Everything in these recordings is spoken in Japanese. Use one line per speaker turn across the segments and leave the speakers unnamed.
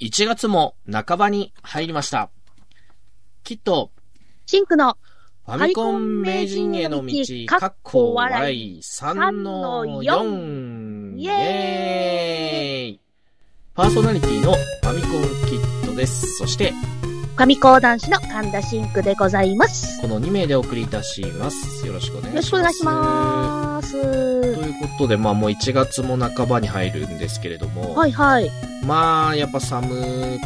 1月も半ばに入りました。きっと、
シンクの
ファミコン名人への道、かっこ笑い3の4。イ
イ
エ
エ
ーイパーソナリティのファミコンキットです。そして、
神講談師の神田シンクでございます。よ
この2名でお送りいたします。よろしくお願いします。
ろしくお願いします。
ということで、まあもう1月も半ばに入るんですけれども、
はいはい。
まあやっぱ寒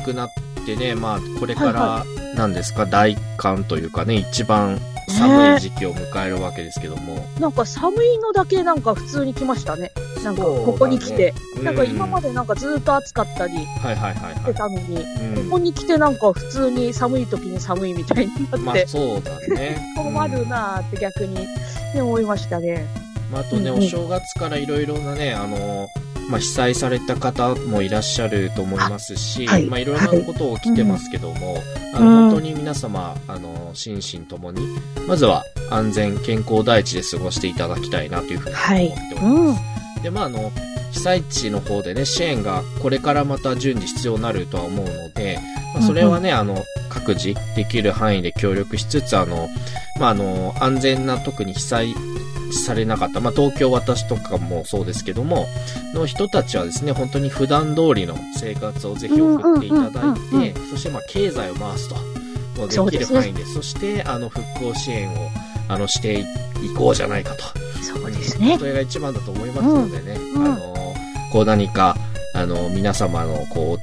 くなってね、まあこれから、なんですか、大寒というかね、一番寒い時期を迎えるわけですけども、
なんか寒いのだけなんか普通に来ましたね。なんかここに来て。なんか今ま
で、
でなんかずーっと暑かったり
はいはいはい
し
は
て
い。
たのに、
う
こ
ん
こに来てなんか普通に寒い時に寒いみたいにな
ま
っ
あ
て、。
そうだね
困るなーって逆に、ね、思いましたね。
うんまあ、あとね、
うんうん
お正月からいろいろなね、あの、まあ、被災された方もいらっしゃると思いますし、
あはい
まあ、いろいろなことを起きてますけども、あ
う
の、
ん
本当に皆様、あの、心身ともに、まずは安全、健康第一で過ごしていただきたいなというふうに
はい
思っており
う
ます。
ん。
で、まあ、あの、被災地の方でね、支援がこれからまた順次必要になるとは思うので、まあ、それはね、あの、各自できる範囲で協力しつつ、あの、まあ、あの、安全な、特に被災されなかった、まあ、東京私とかもそうですけども、の人たちはですね、本当に普段通りの生活をぜひ送っていただ
うんうんうんうん
いて、そして、まあ、経済を回すと、もうで
そう
き
で
る
すね
範囲で、そして、あの、復興支援を、あの、していこうじゃないかと。
そうですね
そ。れが一番だと思いますのでね、
んうん
あの、こう何か、あの、皆様の、こう、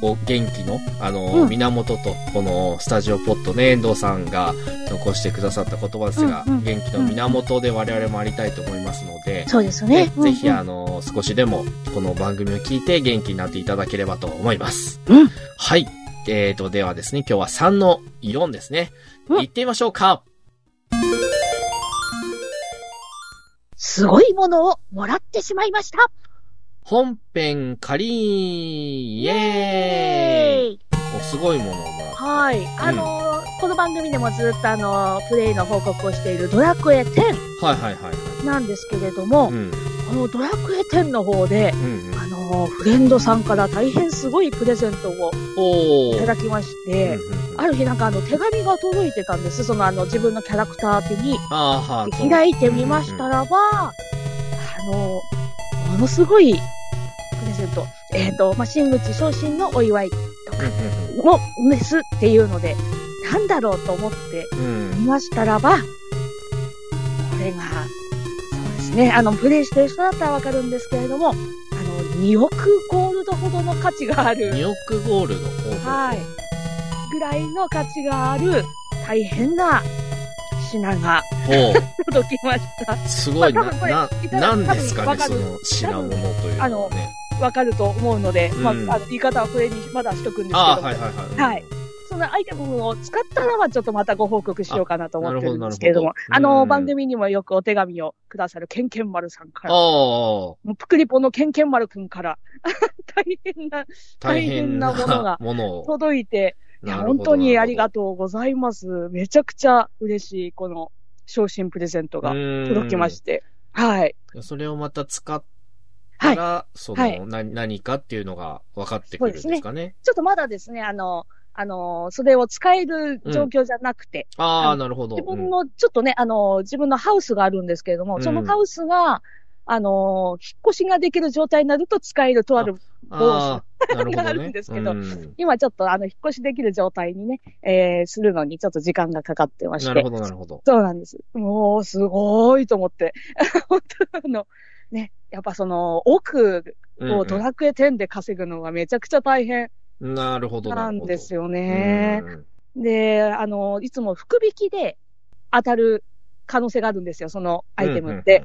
お元気の、あの、
うん
源と、このスタジオポットね、遠藤さんが残してくださった言葉ですが、
うんうん
元気の源で我々もありたいと思いますので、
そうです
ね
ね。
ぜひ、
うんうん
あの、少しでも、この番組を聞いて元気になっていただければと思います。
うん
はい。えーと、ではですね、今日は3の4ですね。
うん
行ってみましょうか。
すごいものをもらってしまいました。
本編仮イエーイ
えーイ
おすごいものをもらう。
はい。あのーこの番組でもずっとあのープレイの報告をしているドラクエ10
はいはいはい。
なんですけれども、
うん。
このドラクエ10の方で、
うん、うん。
あのーフレンドさんから大変すごいプレゼントを
おー。
いただきまし
うん
て、
うんうん
ある日なんかあの手紙が届いてたんです。そのあの自分のキャラクター手に。
あーは
で
ーそう
開いてみましたらば、あのーものすごいプレゼント。えっ、と、まあ、新口昇進のお祝いとか
う、ん
のですっていうので、なんだろうと思って
うんうん。うん
見ましたらば、これが、そうですね、あの、プレイしてる人だったらわかるんですけれども、あの、2億ゴールドほどの価値がある、
2億ゴールドほど。
はい、ぐらいの価値がある、大変な品が
ほう。
届きました。
すごい、な
まあ多分これ、い
な、
ただ
なんですかね、
多分わか
そ
る
の品物というか
多分
ね。
わかると思うので、まあ、あ
うん
の言い方はこれにまだしとくんですけど、
ああー、はいはいはい。うん
はいそのアイテムを使ったらはちょっとまたご報告しようかなと思ってるんですけれども、
あなる
あ
ほどなるほどう
の、
ん
番組にもよくお手紙をくださるケンケン丸さんから、
ああ、
もうプクリポのケンケン丸くんから、 大変な、
大変な
大変なものが
ものを。
届いて、いや、 本当にありがとうございます。めちゃくちゃ嬉しい、この昇進プレゼン
う
トが
ん
届きまして、はい。
それをまた使った
はい
ら、そ
はい
の、な何かっていうのが分かってくるんですかね。
ちょっとまだですね、あの、あの、それを使える状況じゃなくて、
あ
あ
あ、なるほど。
自
う
分
ん
の、ちょっとね、あの、自分のハウスがあるんですけれども、
うん
そのハウスが、あの、引っ越しができる状態になると使えるとある、
ああ、なるほ
があ
ど
る
ね
ん。ですけど
うん
今ちょっとあの、引っ越しできる状態にね、えー、するのにちょっと時間がかかってまして。
なるほど、なるほど。
そうなんです。もう、すごいと思って。 本当あの、ね、やっぱその、奥をドラクエ10で稼ぐのがめちゃくちゃ大変
うんうんなるほど、
なんです
よ
よね。で、あの、いつも福引きで当たる可能性があるんですよ、そのアイテムって。。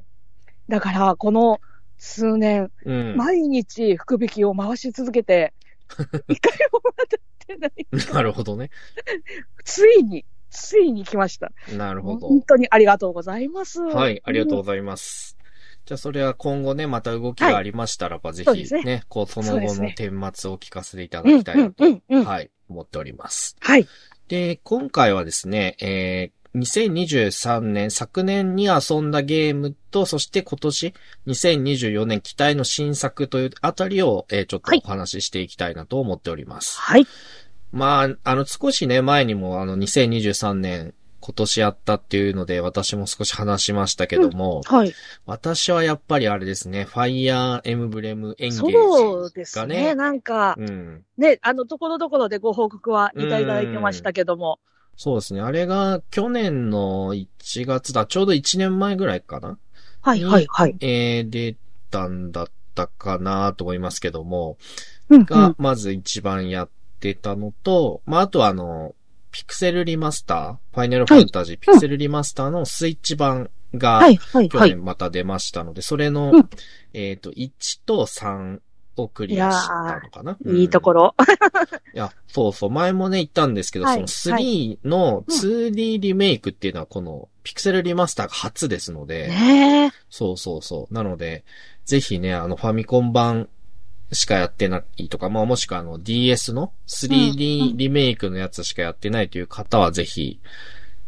だから、この数年、
うんうんうんうん
毎日福引きを回し続けて、一回も当たってない。
なるほどね。
ついに、ついに来ました。
なるほど。
本当にありがとうございます。
はい、ありがとう
う
ございます。じゃあ、それは今後ね、また動きがありましたらば、ぜ
そうで
ひ
すね
ね、こう、その
そうで
後
す
の
ね
顛末を聞かせていただ
ん。
きたいな
うん、うん、うん。
と、はい、思っております。
はい。
で、今回はですね、えー2023年、昨年に遊んだゲームと、そして今年、2024年期待の新作というあたりを、えーちょっと
はい
お話ししていきたいなと思っております。
はい。
まあ、あの、少しね、前にも、あの、2023年、今年やったっていうので、私も少し話しましたけども、
はい。
私はやっぱりあれですね、ファイアーエムブレムエンゲージがね。
そうですね。なんか、
うん。
ね、あの、ところどころでご報告はいただいてましたけども。
そうですね。あれが去年の1月だ。ちょうど1年前ぐらいかな。
はい、はい、はい。
えー、出たんだったかなと思いますけども。
うん、う
が
ん。、
まず一番やってたのと、まあ、あとはあの、ピクセルリマスター、ファイナルファンタジー、ピクセルリマスターのスイッチ版
は
が、
い、はい、
去
はい。
年また出ましたので、それの、
うん
えっ、と、1と3をクリアしたのかな。
いいとこ
ろ。
ろ。
いや、そうそう、前もね、言ったんですけど、
はい
その3の 2D リメイクっていうのは、このピクセルリマスターが初ですので、
ねえ。
そうそうそう。なので、ぜひね、あの、ファミコン版しかやってないとか、まあもしくはあの、DS の
うん
3D
うん
リメイクのやつしかやってないという方は、ぜひ、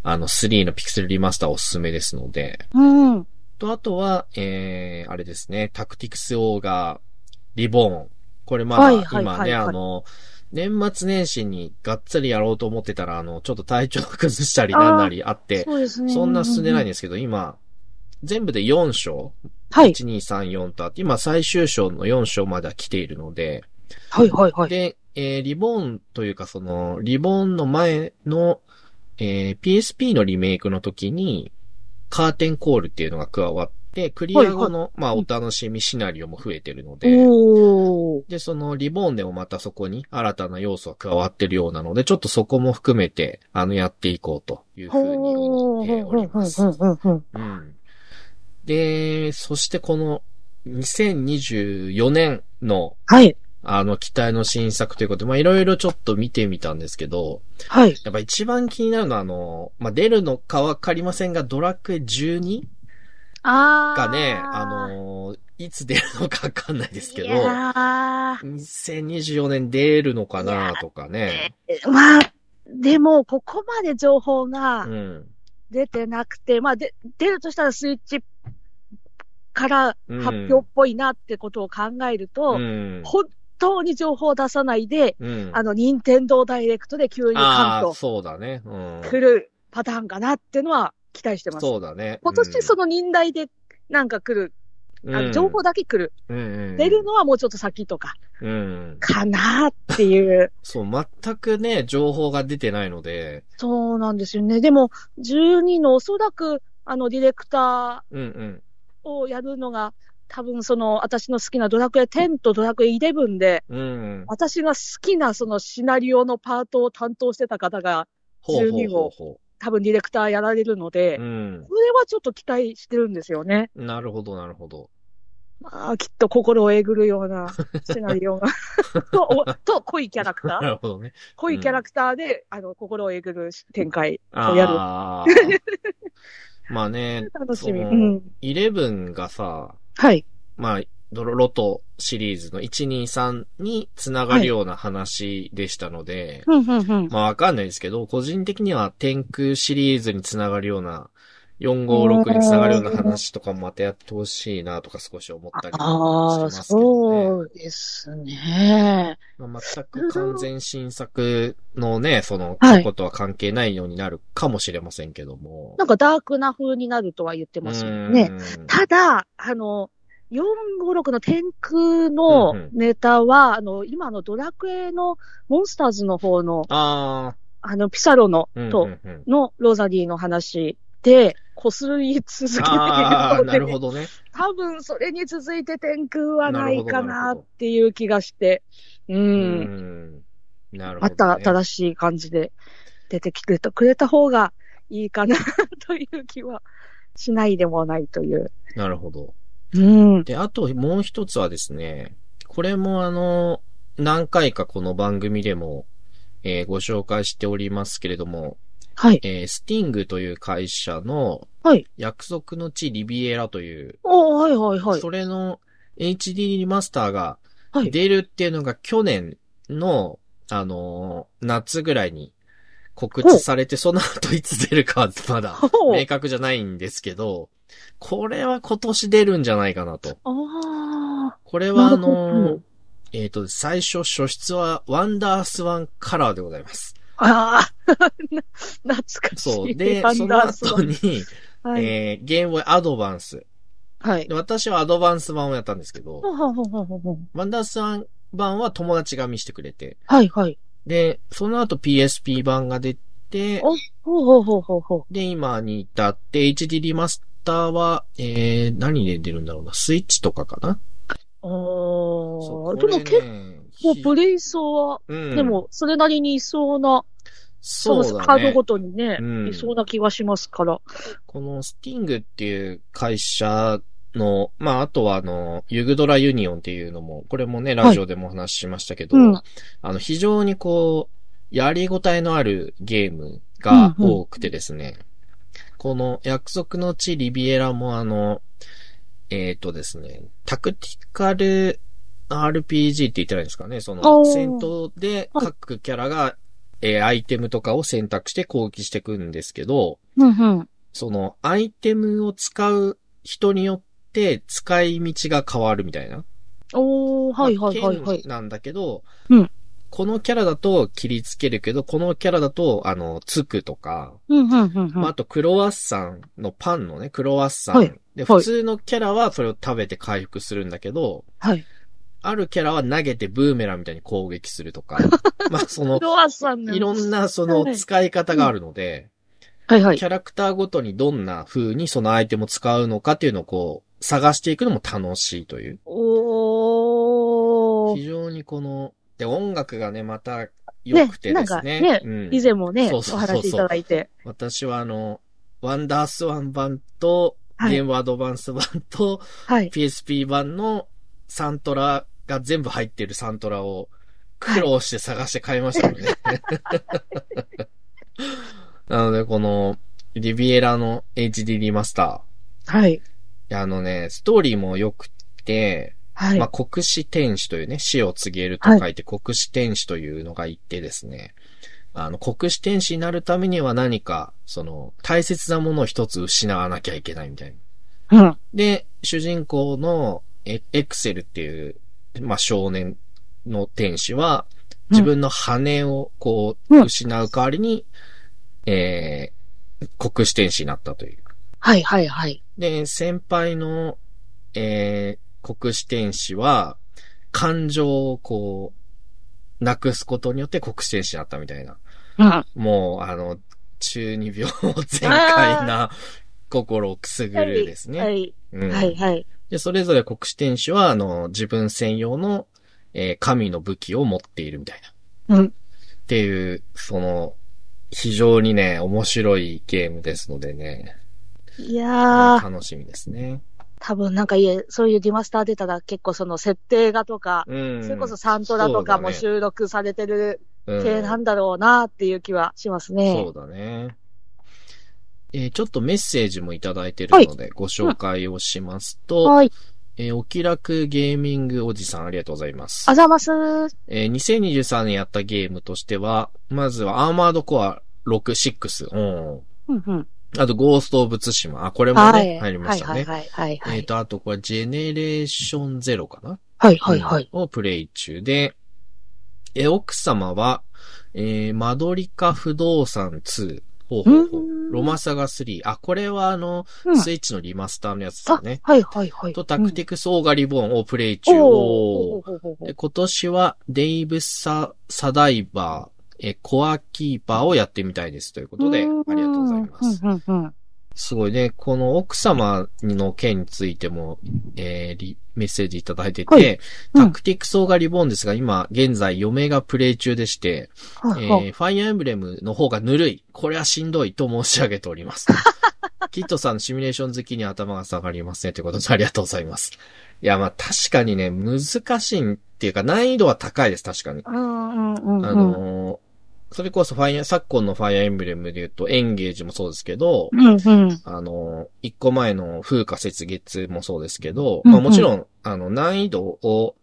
あの、3のピクセルリマスターおすすめですので、
うん。
と、あとは、えー、あれですね、タクティクスオーガー、リボーン。これまだ
はい
今
はい
ね、
はいはい
あの、年末年始にがっつりやろうと思ってたら、あの、ちょっと体調崩したり
あー
なんなりあって、
そうですね。
そんな進んでないん
ね。
ですけど、今、全部で4章、
はい、
1、2、3、4とあって、今最終章の4章までは来ているので、
はい、はい、はい。
で、えーリボーンというかその、リボーンの前の、えー PSP のリメイクの時に、カーテンコールっていうのが加わって、クリア後の、まあ、お楽しみシナリオも増えてるので、
おー。
で、そのリボーンでもまたそこに新たな要素が加わってるようなので、ちょっとそこも含めて、あの、やっていこうというふうに思っております。うん。で、そしてこの2024年の
はい、
あの期待の新作ということで、まあいろいろちょっと見てみたんですけど、
はい。
やっぱ一番気になるのはあの、まあ出るのかわかりませんが、ドラクエ12
あー。
がね、あ、の、いつ出るのかわかんないですけど
い、やー
2024年出るのかなとかね。
まあ、でも、ここまで情報が
うん。
出てなくて、まあ、で、出るとしたらスイッチから
うん
発表っぽいなってことを考えると、
うん。
本当に情報を出さないで、
うん。
あの、任天堂ダイレクトで急に
あ
関
ー
東
そうだね。うん。
来るパターンかなってのは期待してます。
そうだね。
今年その任台でなんか来る、あの情報だけ来る、出
出
るのはもうちょっと先とか、
うん。
かなっていう。
そう、全くね、情報が出てないので、
そうなんですよね。でも、12のおそらく、あの、ディレクタ
うんうん。
ーをやるのが、多分その、私の好きなドラクエ10とドラクエ11で、
うん。
私が好きなそのシナリオのパートを担当してた方が、
ほうほうほう
12号
ほ
多分ディレクターやられるので、
う。うん。
これはちょっと期待してるんですよね。
なるほど、なるほど。
まあ、きっと心をえぐるようなシナリ オが。と、おと、濃いキャラクタ
な
ー
るほどね。
濃いキャラクターで、あの、心をえぐる展開
あ
をやる。
あ。 まあね、
楽しみ。
そうの
ん。
11がさ、
はい。
まあ、ドロロトシリーズの123に繋がるような話でしたので、
うん、うん、うん。
まあわかんないですけど、個人的には天空シリーズにつながるような、456につながるような話とかもまたやってほしいなとか少し思ったりし
ああ、
ますけどね。
そうですね。
まあ、全く完全新作のね、その、
はい
ことは関係ないようになるかもしれませんけども。
なんかダークな風になるとは言ってますよね。
うん
ただ、あの、456の天空の
うんうん
ネタは、あの、今のドラクエのモンスターズの方の、
あ
あの、ピサロの、
あ、うん
と、
うんうん
のロザリーの話で、こすり続けている
ああ、
の
な
で
る、ほどね。
多分それに続いて天空はない
なるほど
か
な
な
るほ
っ
ど
ていう気がして、う。
うんん。なるほ
ま
ど、ね。
た正しい感じで出てきてくれた方がいいかな という気はしないでもないという。
なるほど。
うん。
で、あともう一つはですね、これもあの、何回かこの番組でも、えーご紹介しておりますけれども、
はい。
えースティングという会社の、
はい
約束の地リビエラという、
おーはいはいはい。
それの HD リマスターが
はい
出るっていうのが去年の、あのー夏ぐらいに告知されて、その後いつ出るかはまだ
ほう
明確じゃないんですけど、これは今年出るんじゃないかなと。
あ
これはあの
なるほど
えっ、と、最初初出はワンダースワンカラーでございます。
あ。ああ。 懐かしい。
そう。で
ワ、
そ
ン
の
ダースワ
後
ン
に、
はい。
えー、ゲームボーイアドバンス。
はい
で。私はアドバンス版をやったんですけど、
ほうほうほうほうほうほう
ワンダースワン版は友達が見せてくれて、
はい、はい。
で、その後 PSP 版が出て、
おほうほうほうほうほ
で、今に至って HD リマスターは、えー、何で出るんだろうな。スイッチとかかな
う。お
う
ー。でも結構プ
レ、
レイ層は、
うん、
で、も、それなりにいそうな、
そうだ
その
ね。
カードごとにね、
うん
いそうな気がしますから。
このスティングっていう会社の、まあ、あとはあの、ユグドラユニオンっていうのも、これもね、ラジオでもお話ししましたけど、
うん
あの、非常にこう、やりごたえのあるゲームが
うんうん
多くてですね、この約束の地リビエラもあの、えっ、とですね、タクティカル RPG って言ってないんですかね、その
おー
戦闘で各キャラが、えーアイテムとかを選択して攻撃していくんですけど、
うんうん。
その、アイテムを使う人によって使い道が変わるみたいな。
おー、はいはいはい
ま
は
あ
い
剣。なんだけど、
うん
このキャラだと切りつけるけど、このキャラだと、あの、つくとか、
うんうんうんうん。
まあ、あとクロワッサンのパンのね、クロワッサン。
はい
で、
はい
普通のキャラはそれを食べて回復するんだけど、
はい。
あるキャラは投げてブーメランみたいに攻撃すると か、まあ、その
ク、ロワッサンの
いろんなその使い方があるので、
はいはい。
キャラクターごとにどんな風にそのアイテムを使うのかっていうのをこう、探していくのも楽しいという。
お
非
ー。
常にこの、で、音楽がね、また良くてですね。
ねなんかね
うん
以前もね、
そう
お
そうそうそう
話しいただいて。
私はあの、ワンダースワン版と、
はい
ゲームアドバンス版と、
はい。
PSP 版のサントラが全部入ってるサントラを苦労して探して買いましたよね。なので、この、リビエラの HD リマスター。
はい。
いやあのね、ストーリーも良くて、
はい。
まあ、国死天使というね、死を告げると書いて国死天使というのがいてですね、あの、国死天使になるためには何か、その、大切なものを一つ失わなきゃいけないみたいな。
うん。
で、主人公のエエクセルっていう、まあ、少年の天使は、自分の羽をこ
う
う、
ん
失う代わりに、えー、国死天使になったという。
はいはいはい。
で、先輩の、えー、国士天使は、感情をこう、なくすことによって国士天使になったみたいな。
うん。は
もう、あの、中二病全開な心をくすぐるですね。
い。
うん
はいはい。
で、それぞれ国士天使は、あの、自分専用の、えー神の武器を持っているみたいな。
うん。
っていう、その、非常にね、面白いゲームですのでね、
いやー、
楽しみですね。
多分なんかいえ、そういうリマスター出たら結構その設定画とか、
うん。
それこそサントラとかも
そう
収録されてる
だね
系なんだろうなっていう気はしますね
そ。うだね。えーちょっとメッセージもいただいてるので、ご紹介をしますと、
はい。
えーお気楽ゲーミングおじさんありがとうございます
あ。ざます。
えー2023年やったゲームとしては、まずはアーマードコア6、6、うん。
うんうん。
あと、ゴースト・オブ・ツシマ。あ、これもね、
はい。
入りましたね。
はいはいはいは
えっ、
い。
と、あと、これ、ジェネレーションゼロかな
はいはいはい。
をプレイ中で、え、奥様は、えーマドリカ不動産2。ほうほうほ
う
う。
ん
ロマサガ3。あ、これはあの、
うん
スイッチのリマスターのやつで
あ
す、ね。
はいはいはい。
と、タクティクスオーガリボーンをプレイ
う
中。
ん
お
お
ー
ー
で今年はデイブサ、サダイバー、えーコアキーパーをやってみたいです。ということで、ありがとうございます。。
うんうんうん
すごいね。この奥様の件についても、えーリメッセージいただいてて、
はいうん
タクティクスオーガリボーンですが、今、現在、嫁がプレイ中でして、
は
え
いはい
ーファイアーエンブレムの方がぬるい。これはしんどいと申し上げており ます。キットさん、シミュレーション好きに頭が下がりますね。ということで、ありがとうございます。いや、まあ、確かにね、難しいっていうか、難易度は高いです、確かに。
うんうんうん
あのーそれこそファイア、昨今のファイアーエンブレムで言うと、エンゲージもそうですけど、
うんうん。
あの、一個前の風化節月もそうですけど、
うん
ま
う
あ
ん
もちろん、あの、難易度を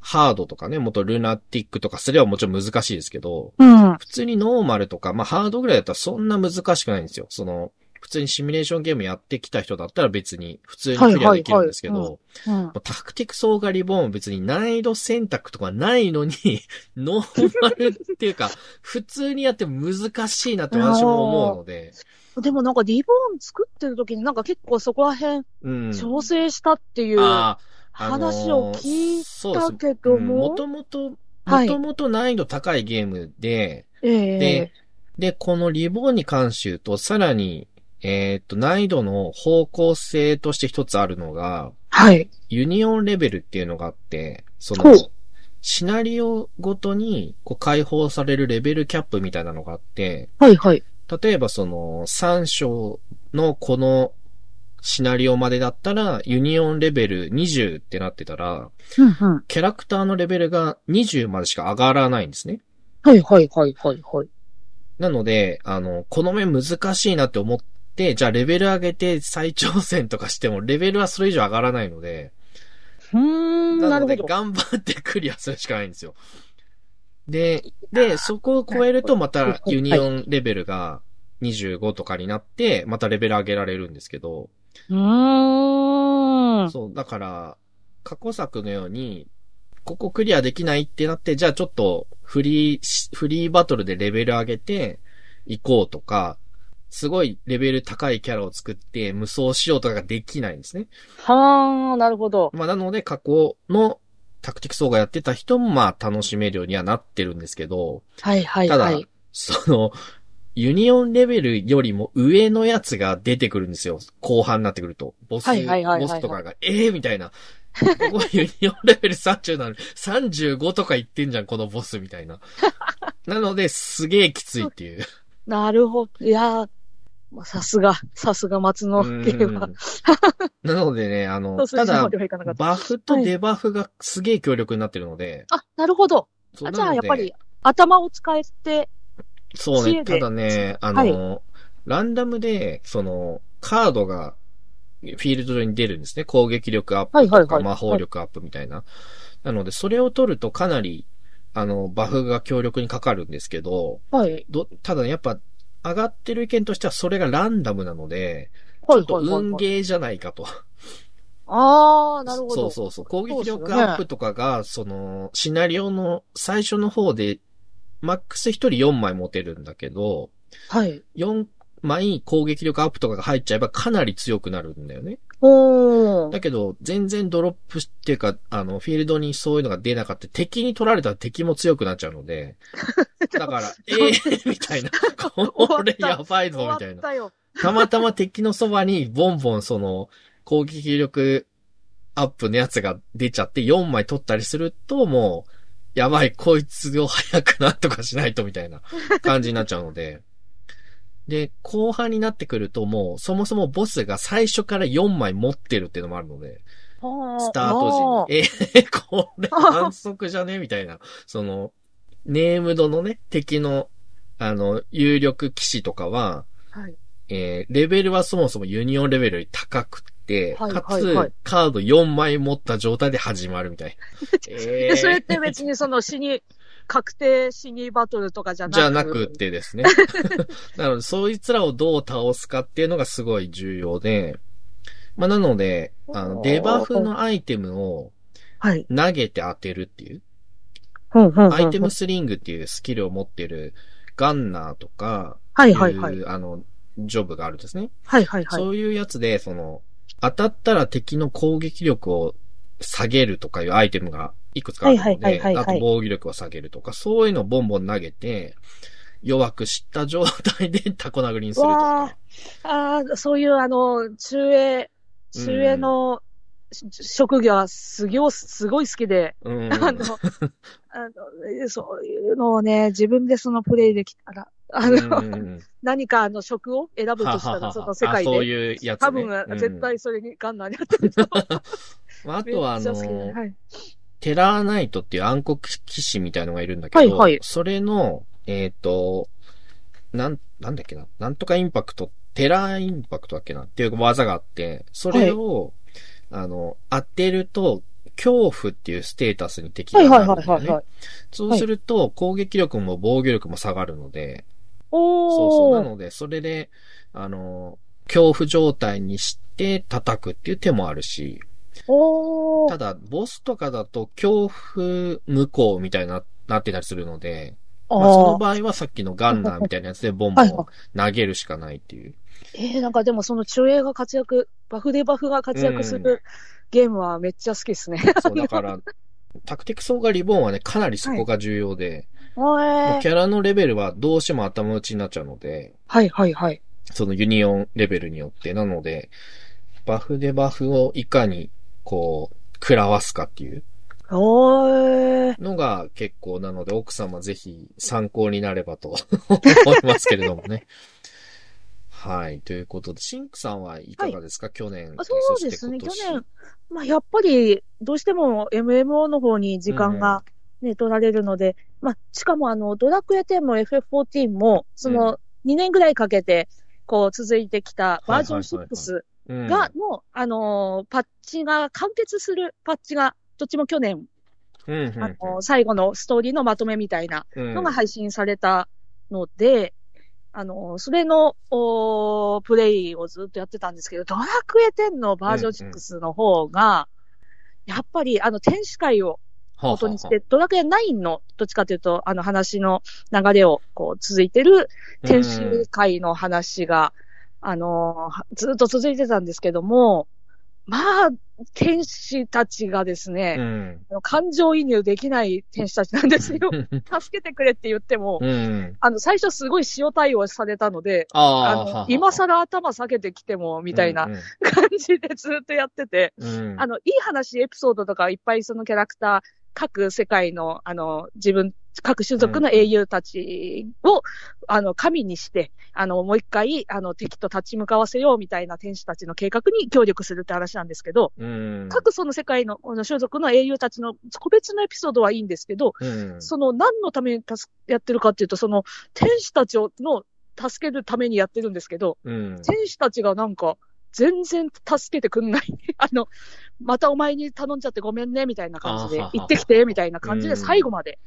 ハードとかね、もっとルナティックとかすればもちろん難しいですけど、
うん。
普通にノーマルとか、まあハードぐらいだったらそんな難しくないんですよ。その、普通にシミュレーションゲームやってきた人だったら別に普通にクリアできるんですけど、
はいはいはいうん
もうタクティクスオーガリボーン別に難易度選択とかないのに、 ノーマルっていうか、普通にやっても難しいなって私も思うので、
でもなんかリボーン作ってる時になんか結構そこら辺
うん。
調整したっていう
あーあのー
話を聞い
そうです
たけど
うん
も、
もともと、も
はい
ともと難易度高いゲームで、
ええ
で、このリボーンに関して言うと、さらに、えーっと、難易度の方向性として一つあるのが、
はい。
ユニオンレベルっていうのがあって、そ
ほ
の
う、
シナリオごとにこう解放されるレベルキャップみたいなのがあって、
はい、はい。
例えばその3章のこのシナリオまでだったら、ユニオンレベル20ってなってたら、
うん、うん。
キャラクターのレベルが20までしか上がらないんですね。
はい、はい、はい、はい、はい。
なので、あの、この面難しいなって思って、じゃあレベル上げて再挑戦とかしても、レベルはそれ以上上がらないので、
うーん、な
な
る
ので
ほど。
頑張ってクリアするしかないんですよ。で、で、そこを超えるとまたユニオンレベルが25とかになって、またレベル上げられるんですけど、
うーん。
そう、だから、過去作のように、ここクリアできないってなって、じゃあちょっとフリーし、フリーバトルでレベル上げていこうとか、すごいレベル高いキャラを作って無双しようとかができないんですね。
はー、なるほど。
まあなので過去のタクティクスオーがやってた人もまあ楽しめるようにはなってるんですけど、
はい、はい、
ただ、
はい。
その、ユニオンレベルよりも上のやつが出てくるんですよ。後半になってくると。ボス、
はいはいはいはいは
ボ
い
スとかが、ええー、みたいな。ここユニオンレベル30なのに、35とか言ってんじゃん、このボスみたい な。なので、すげえきついっていう。
なるほど。いやー、まあさすが、さすが松野家は。
うんなのでね、あの、
そう
ただ
そう、ではいかなかった。
バフとデバフがすげえ強力になってるので、
あ、なるほど。
そう
あじゃ
なの
あ、やっ
で
ぱり、頭を使えて、
そう
知
ね、
恵
た
で
だね、あの、ランダムで、その、カードが、フィールド上に出るんですね。攻撃力アップ
はい、はい、
とか
はい。
魔法力アップみたいな。なので、それを取るとかなり、あの、バフが強力にかかるんですけど、
はい、
どただねやっぱ、上がってる意見としてはそれがランダムなので、
はい、
ちょっと
はい。はい
運ゲーじゃないかと。
あー、なるほど。
そうそうそう。攻撃
そう
力
ですよね
アップとかが、その、シナリオの最初の方で、マックス1人4枚持てるんだけど、
はい。
4枚攻撃力アップとかが入っちゃえばかなり強くなるんだよね。
おー。
だけど、全然ドロップっていうか、あの、フィールドにそういうのが出なかった。敵に取られたら敵も強くなっちゃうので。だから、ええみたいな。これやばいぞ、みたい
終わっ
な。
たよ。
たまたま敵のそばに、ボンボンその、攻撃力アップのやつが出ちゃって、4枚取ったりすると、もう、やばい、こいつを早くなんとかしないと、みたいな感じになっちゃうので。で、後半になってくると、もう、そもそもボスが最初から4枚持ってるっていうのもあるので、ス
ス
タート時に、えーこれ反則じゃねみたいな。その、ネームドのね、敵の、あの、有力騎士とかは、
はい
えーレベルはそもそもユニオンレベルより高くって、
はい
か
はいは
つ
い、
カード4枚持った状態で始まるみたいな。え
で、
ー
それって別にその死に、確定死にバトルとかじゃなく
じゃなくっ。てですね。 なので、そいつらをどう倒すかっていうのがすごい重要で、まあ、なので、あの、デバフのアイテムを
はい。
投げて当てるっていう。
うんうんうんうん
アイテムスリングっていうスキルを持ってるガンナーとか、、
はいいうはいはい。
あの、ジョブがあるんですね。
はいはいはい。
そういうやつで、その、当たったら敵の攻撃力を下げるとかいうアイテムがいくつかある
は
の
いはい
で、
はいはいはい
あと防御力を下げるとか、そういうのをボンボン投げて、弱く知った状態で タコ殴りにすると
わ
か。
ああ、そういうあの、中英、中英のし職業はすぎょすごい好きで、
うん。
あの、あの、そういうのをね、自分でそのプレイできたら、あの、
うん うんうん
何かあの職を選ぶとした
ははは
ら、
は
その世
あ
界
そう
で。
いうやつ、ね。
多分、絶
うん
対それにガンナーにあったんで
まああとは、あ
めっちゃ好き
の、
はい。
テラーナイトっていう暗黒騎士みたいのがいるんだけど、
はいはい
それの、えっ、と、なん、なんだっけな、なんとかインパクト、テラーインパクトだっけなっていう技があって、それを、あの、当てると、恐怖っていうステータスに敵がなるんだよね。
い。
そうすると、攻撃力も防御力も下がるので、そう
お
そ
ー。
う。なので、それで、あの、恐怖状態にして叩くっていう手もあるし、
お
た
ー。
だ、ボスとかだと恐怖無効みたいな、なってたりするので、
あ
まあその
ー
場合はさっきのガンナーみたいなやつでボンボ
はいはい
ン投げるしかないっていう。
えー、なんかでもその中英が活躍、バフでバフが活躍す
う
るゲームはめっちゃ好きですね。
そう、だから、 タクティクソーガリボンはね、かなりそこが重要で、も
は
うキャラのレベルはどうしても頭打ちになっちゃうので、
はいはいはい。
そのユニオンレベルによって。なので、バフでバフをいかに、こう、食らわすかっていう
おー。
のが結構なので、奥様ぜひ参考になればと 思いますけれどもね。はい。ということで、シンクさんはいかがですか、去年。
あそ
そうして
ですね、去
今年
年。、まあ、やっぱりどうしても MMO の方に時間が、ね取られるので、まあ、しかもあのドラクエ10も FF14 も、その2年ぐらいかけてこう続いてきたバージョン
はいはいはいはい
6
うん
が、の、あのーパッチが完結するパッチが、どっちも去年、
うんうんうん
あのー最後のストーリーのまとめみたいな
うん
のが配信されたので、あの、それの、おープレイをずっとやってたんですけど、ドラクエ10のバージョン6の方が、やっぱり、あの、天使会を
はあはあ
元にして、ドラクエ9の、どっちかというと、あの話の流れを、こう、続いてる、天使会の話が、あの、はずっと続いてたんですけども、まあ、天使たちがです
う
ね、
ん。
あの感情移入できない天使たちなんで すよ。助けてくれって言っても、
うん。
あの、最初すごい塩対応されたので、
ああ
あ
はあはあ
の、今更頭下げてきても、みたいな
うん
感じでずっとやってて、
うんうん
あの、いい話、エピソードとかいっぱいそのキャラクター、各世界の、あの、自分、各種族の英雄たちを、あの、神にして、あの、もう一回、あの、敵と立ち向かわせようみたいな天使たちの計画に協力するって話なんですけど、
うん。
各その世界の、この種族の英雄たちの個別のエピソードはいいんですけど、
うん
その何のためにたすやってるかっていうと、その天使たちをの助けるためにやってるんですけど、
うん。
天使たちがなんか全然助けてくんない。 あの、またお前に頼んじゃってごめんね、みたいな感じで
あはは、
行ってきて、みたいな感じ
う
で
ん
最後まで。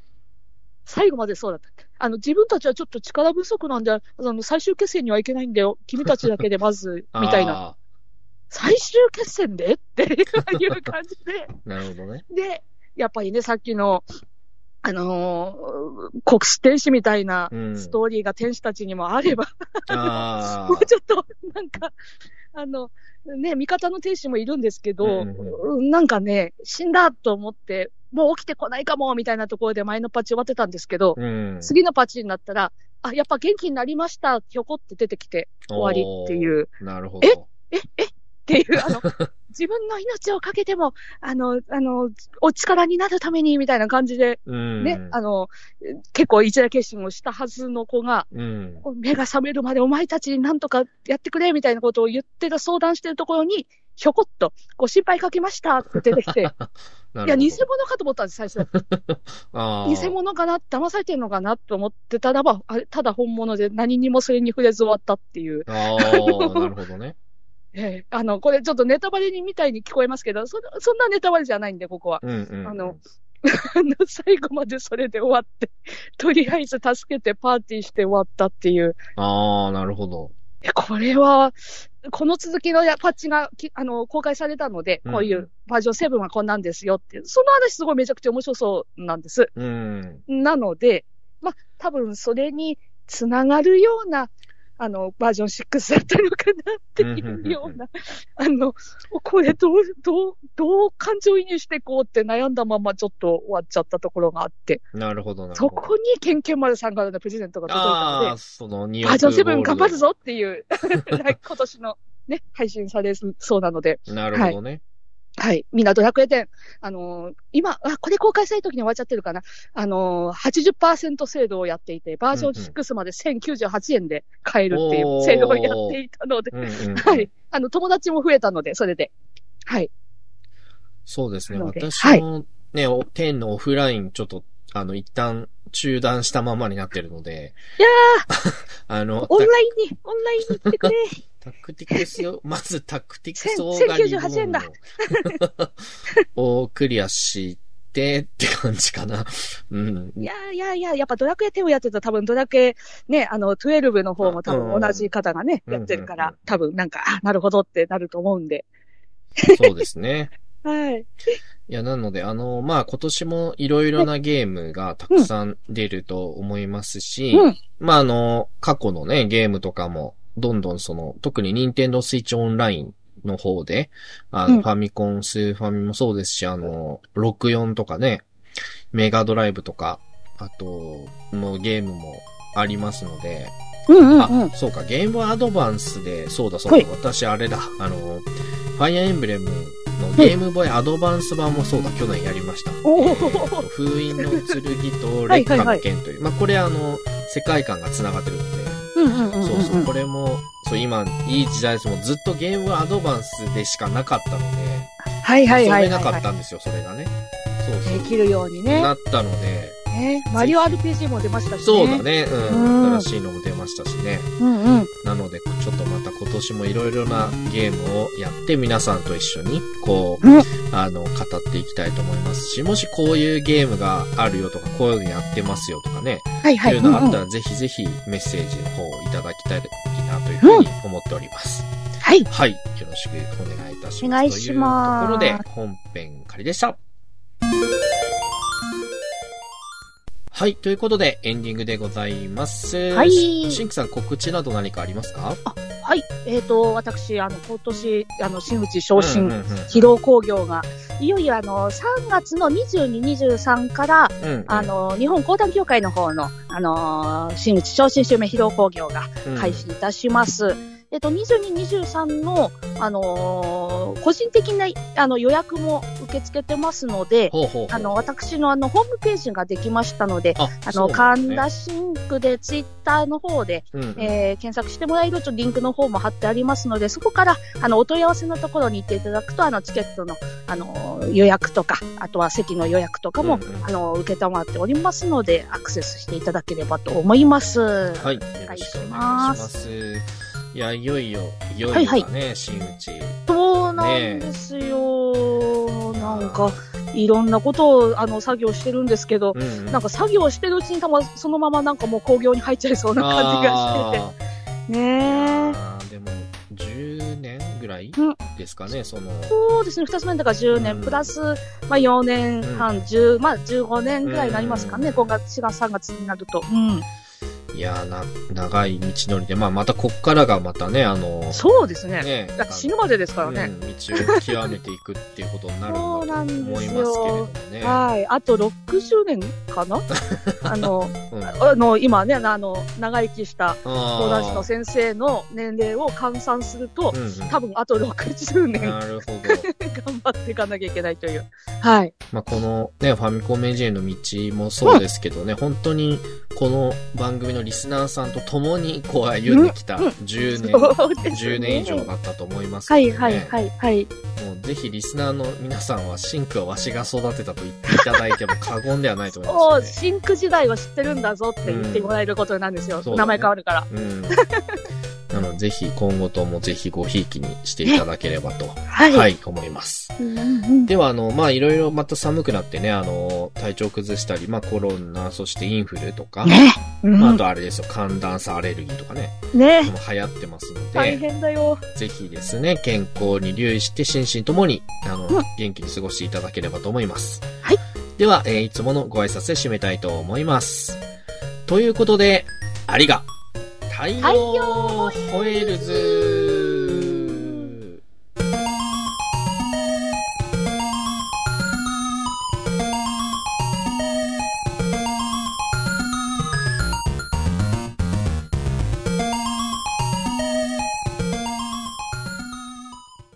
最後までそうだった。あの、自分たちはちょっと力不足なんで、あの、最終決戦にはいけないんだよ。君たちだけでまず、みたい
あ
な。最終決戦でっていう感じで。
ー。なるほどね。
で、やっぱりね、さっきの、あのー国士天使みたいな
うん
ストーリーが天使たちにもあれば、
ああ。
もうちょっと、なんか、あの、ね、味方の天使もいるんですけど、
うんう
なんかね、死んだと思って、もう起きてこないかも、みたいなところで前のパッチ終わってたんですけど、
うん。。
次のパッチになったら、あ、やっぱ元気になりました、ひょこって出てきて終わりっていうう。
なるほど。
っていう、 あの、自分の命をかけても、あの、あの、お力になるために、みたいな感じで、
うん。
ね、あの、結構一大決心をしたはずの子が、
うん。
こう目が覚めるまでお前たちになんとかやってくれ、みたいなことを言ってる、相談してるところに、ひょこっと、ご心配かけましたって出てきて、い
なるほど
や、偽物かと思ったんです、最初。
あー
偽物かな、騙されてるのかなと思ってたらば、あれただ本物で何にもそれに触れず終わったっていう。
ああ、なるほどね。
ええあの、これちょっとネタバレにみたいに聞こえますけど、そそんなネタバレじゃないんで、ここは。
うんうん。
あの、あの、最後までそれで終わって、とりあえず助けてパーティーして終わったっていう。
ああ、なるほど。
えこれは、この続きのやパッチがきあの公開されたので、
うん
こういうバージョン7はこんなんですよっていう、その話すごいめちゃくちゃ面白そうなんです。
うん。
なので、まあ、多分それにつながるような、あの、バージョン6だったのかなっていうような、あの、これどう、どう、どう感情移入していこうって悩んだままちょっと終わっちゃったところがあって、
なるほど、なるほ
そ
ど。
こに研究丸さんからのプレゼントが届いたので
ああ、、その、ニ
バージョン7頑張る。ぞっていう、 来今年のね、配信されそうなので、
なるほどね。
はい。みんなドラクエ10、あのー今、あ、これ公開された時に終わっちゃってるかな。あのー、80%制度をやっていて、バージョン6まで1098円で買えるってい
おー
う制度をやっていたので、
うんうん。
はい。。あの、友達も増えたので、それで。はい。
そうですね。
なので
私も、ね、お天のオフライン、ちょっと、あの、一旦、中断したままになってるので。
いや
ー あの、
オンラインに、オンラインに行ってくれ。
タクティクスを、まずタクティクス
1000
オーガリボ
1098円だ
ー ンををクリアしてって感じかな。うん。
いやーいやーいやー、やっぱドラクエ10をやってたら多分ドラクエね、あの、12の方も多分同じ方がね、
うん
やってるか
うんうん
ら
うん、
多分なんか、あ、なるほどってなると思うんで。
そうですね。
はい。
いや、なので、あの、まあ、今年もいろいろなゲームがたくさん出ると思いますし、
うん。
まあ、あの、過去のね、ゲームとかも、どんどんその、特に任天堂スイッチオンラインの方で、あの、
うん
ファミコン、スーファミもそうですし、あの、64とかね、メガドライブとか、あと、もうゲームもありますので、
うんうんうん
あ、。そうか、ゲームアドバンスで、そうだそうだ、私あれだ、あの、ファイアーエンブレムのゲームボーイアドバンス版もそうだ、去年やりました。
おー
えーと封印の剣と烈火の剣という、まあこれあの、世界観が繋がってるので、
うんうんうんんん。
そうそう、これも、そう今、いい時代ですもん、ずっとゲームアドバンスでしかなかったので、
はいはいはい
遊べ
は
ないかっ
は
たんですよ、それがね。そう
い。
そう
で。きるようにね。
なったので、
ねマリオ RPG も出ましたしね。
そうだ。ね、うん、
う
新
ん
しいのも出ましたしね。
うんうん。
なので、ちょっとまた今年もいろいろなゲームをやって皆さんと一緒に、こう
うん、
あの、語っていきたいと思いますし、もしこういうゲームがあるよとか、こういうのやってますよとかね、
はいはいい。
うのがあっ
うん
た
うん
ら、ぜひぜひメッセージの方をいただきたいなというふうに思っております。
はい。
はい。よろしくお願いいたします。
お願いします
というところで、本編仮でした。はい。ということで、エンディングでございます。
はい
しシンクさん、告知など何かありますか
はい。えっ、と、私、あの、今年、あの、新内昇
うんうん
進、
うん
疲労工業が、いよいよあの、3月の22、23から、
うんうん
あ、の、日本講談協会の方の、あのー、新内昇進襲名披露工業が開始いたします。えっと、22、23の、あのー個人的なあの予約も受け付けてますので、
ほうほうほう
あの、、私のあの、ホームページができましたので、
あ
あ
そ
の、
うなん
神
です
田新区でツイッターの方で、
ねうんうん
えー検索してもらえるとリンクの方も貼ってありますので、そこからあのお問い合わせのところに行っていただくと、あのチケットのあの予約とか、あとは席の予約とかも、
うんうん
あの受けたまっておりますので、アクセスしていただければと思います。
はい。よろしくお願いします。いや、いよいよ、いよいよだね、
はい
新内。
そうなんですよ。なんか、いろんなことをあの作業してるんですけど、
うんうん、
なんか作業してるうちにたま、そのままなんかもう工業に入っちゃいそうな感じがして
あー
て。ねえ。
あーでも、10年ぐらい
うん
ですかね、その、
そうですね、二つ目だから10
う
年、
ん
プラス、まあ、4年半、10、まあ、15年ぐらいになりますかね、
うん
今月、4月、3月になると。うん。
いやーな、長い道のりで、まあ、またこっからがまたね、あの、
そうですね。
ね
だから死ぬまでですから
う
ね。
ん道を極めていくっていうことになるんだと
そうなんですよ
思いますけれどもね。
はい。 あと60年 かなあの、
うん
あの、今ね、あの、長生きした講談師の
あ
先生の年齢を換算すると
ー、うん
多分あと60
うん、
年
なるほど。
頑張っていかなきゃいけないという。はい。
まあ、このね、ファミコン名人への道もそうですけどね、本当にこの番組のリスナーさんと共にこう歩んできた
うんうん
10年、
そうですね
10年以上だったと思います
は
ので、ね。
いはいはいはい。
もうぜひリスナーの皆さんは、シンクはわしが育てたと言っていただいても過言ではないと思い
お
ま
ー、
す
シンク時代は知ってるんだぞって言ってもらえることになるんですよ。
んそうだね
名前変わるから。
よね。うん。なので、ぜひ今後ともぜひごひいきにしていただければと、
はい。
はい、思います。
うんうん
では、あの、まあ、いろいろまた寒くなってね、あの、体調崩したり、まあ、コロナ、そしてインフルとか、
ね。う
まあ、あ
ん
とあれですよ、寒暖差アレルギーとかね、
ね。
もう流行ってますの
大
で、
変だよ。
ぜひですね、健康に留意して、心身ともに、あの
うん、
元気に過ごしていただければと思います。
はい。
では、えーいつものご挨拶で締めたいと思います。ということで、ありが、太陽ホエールズ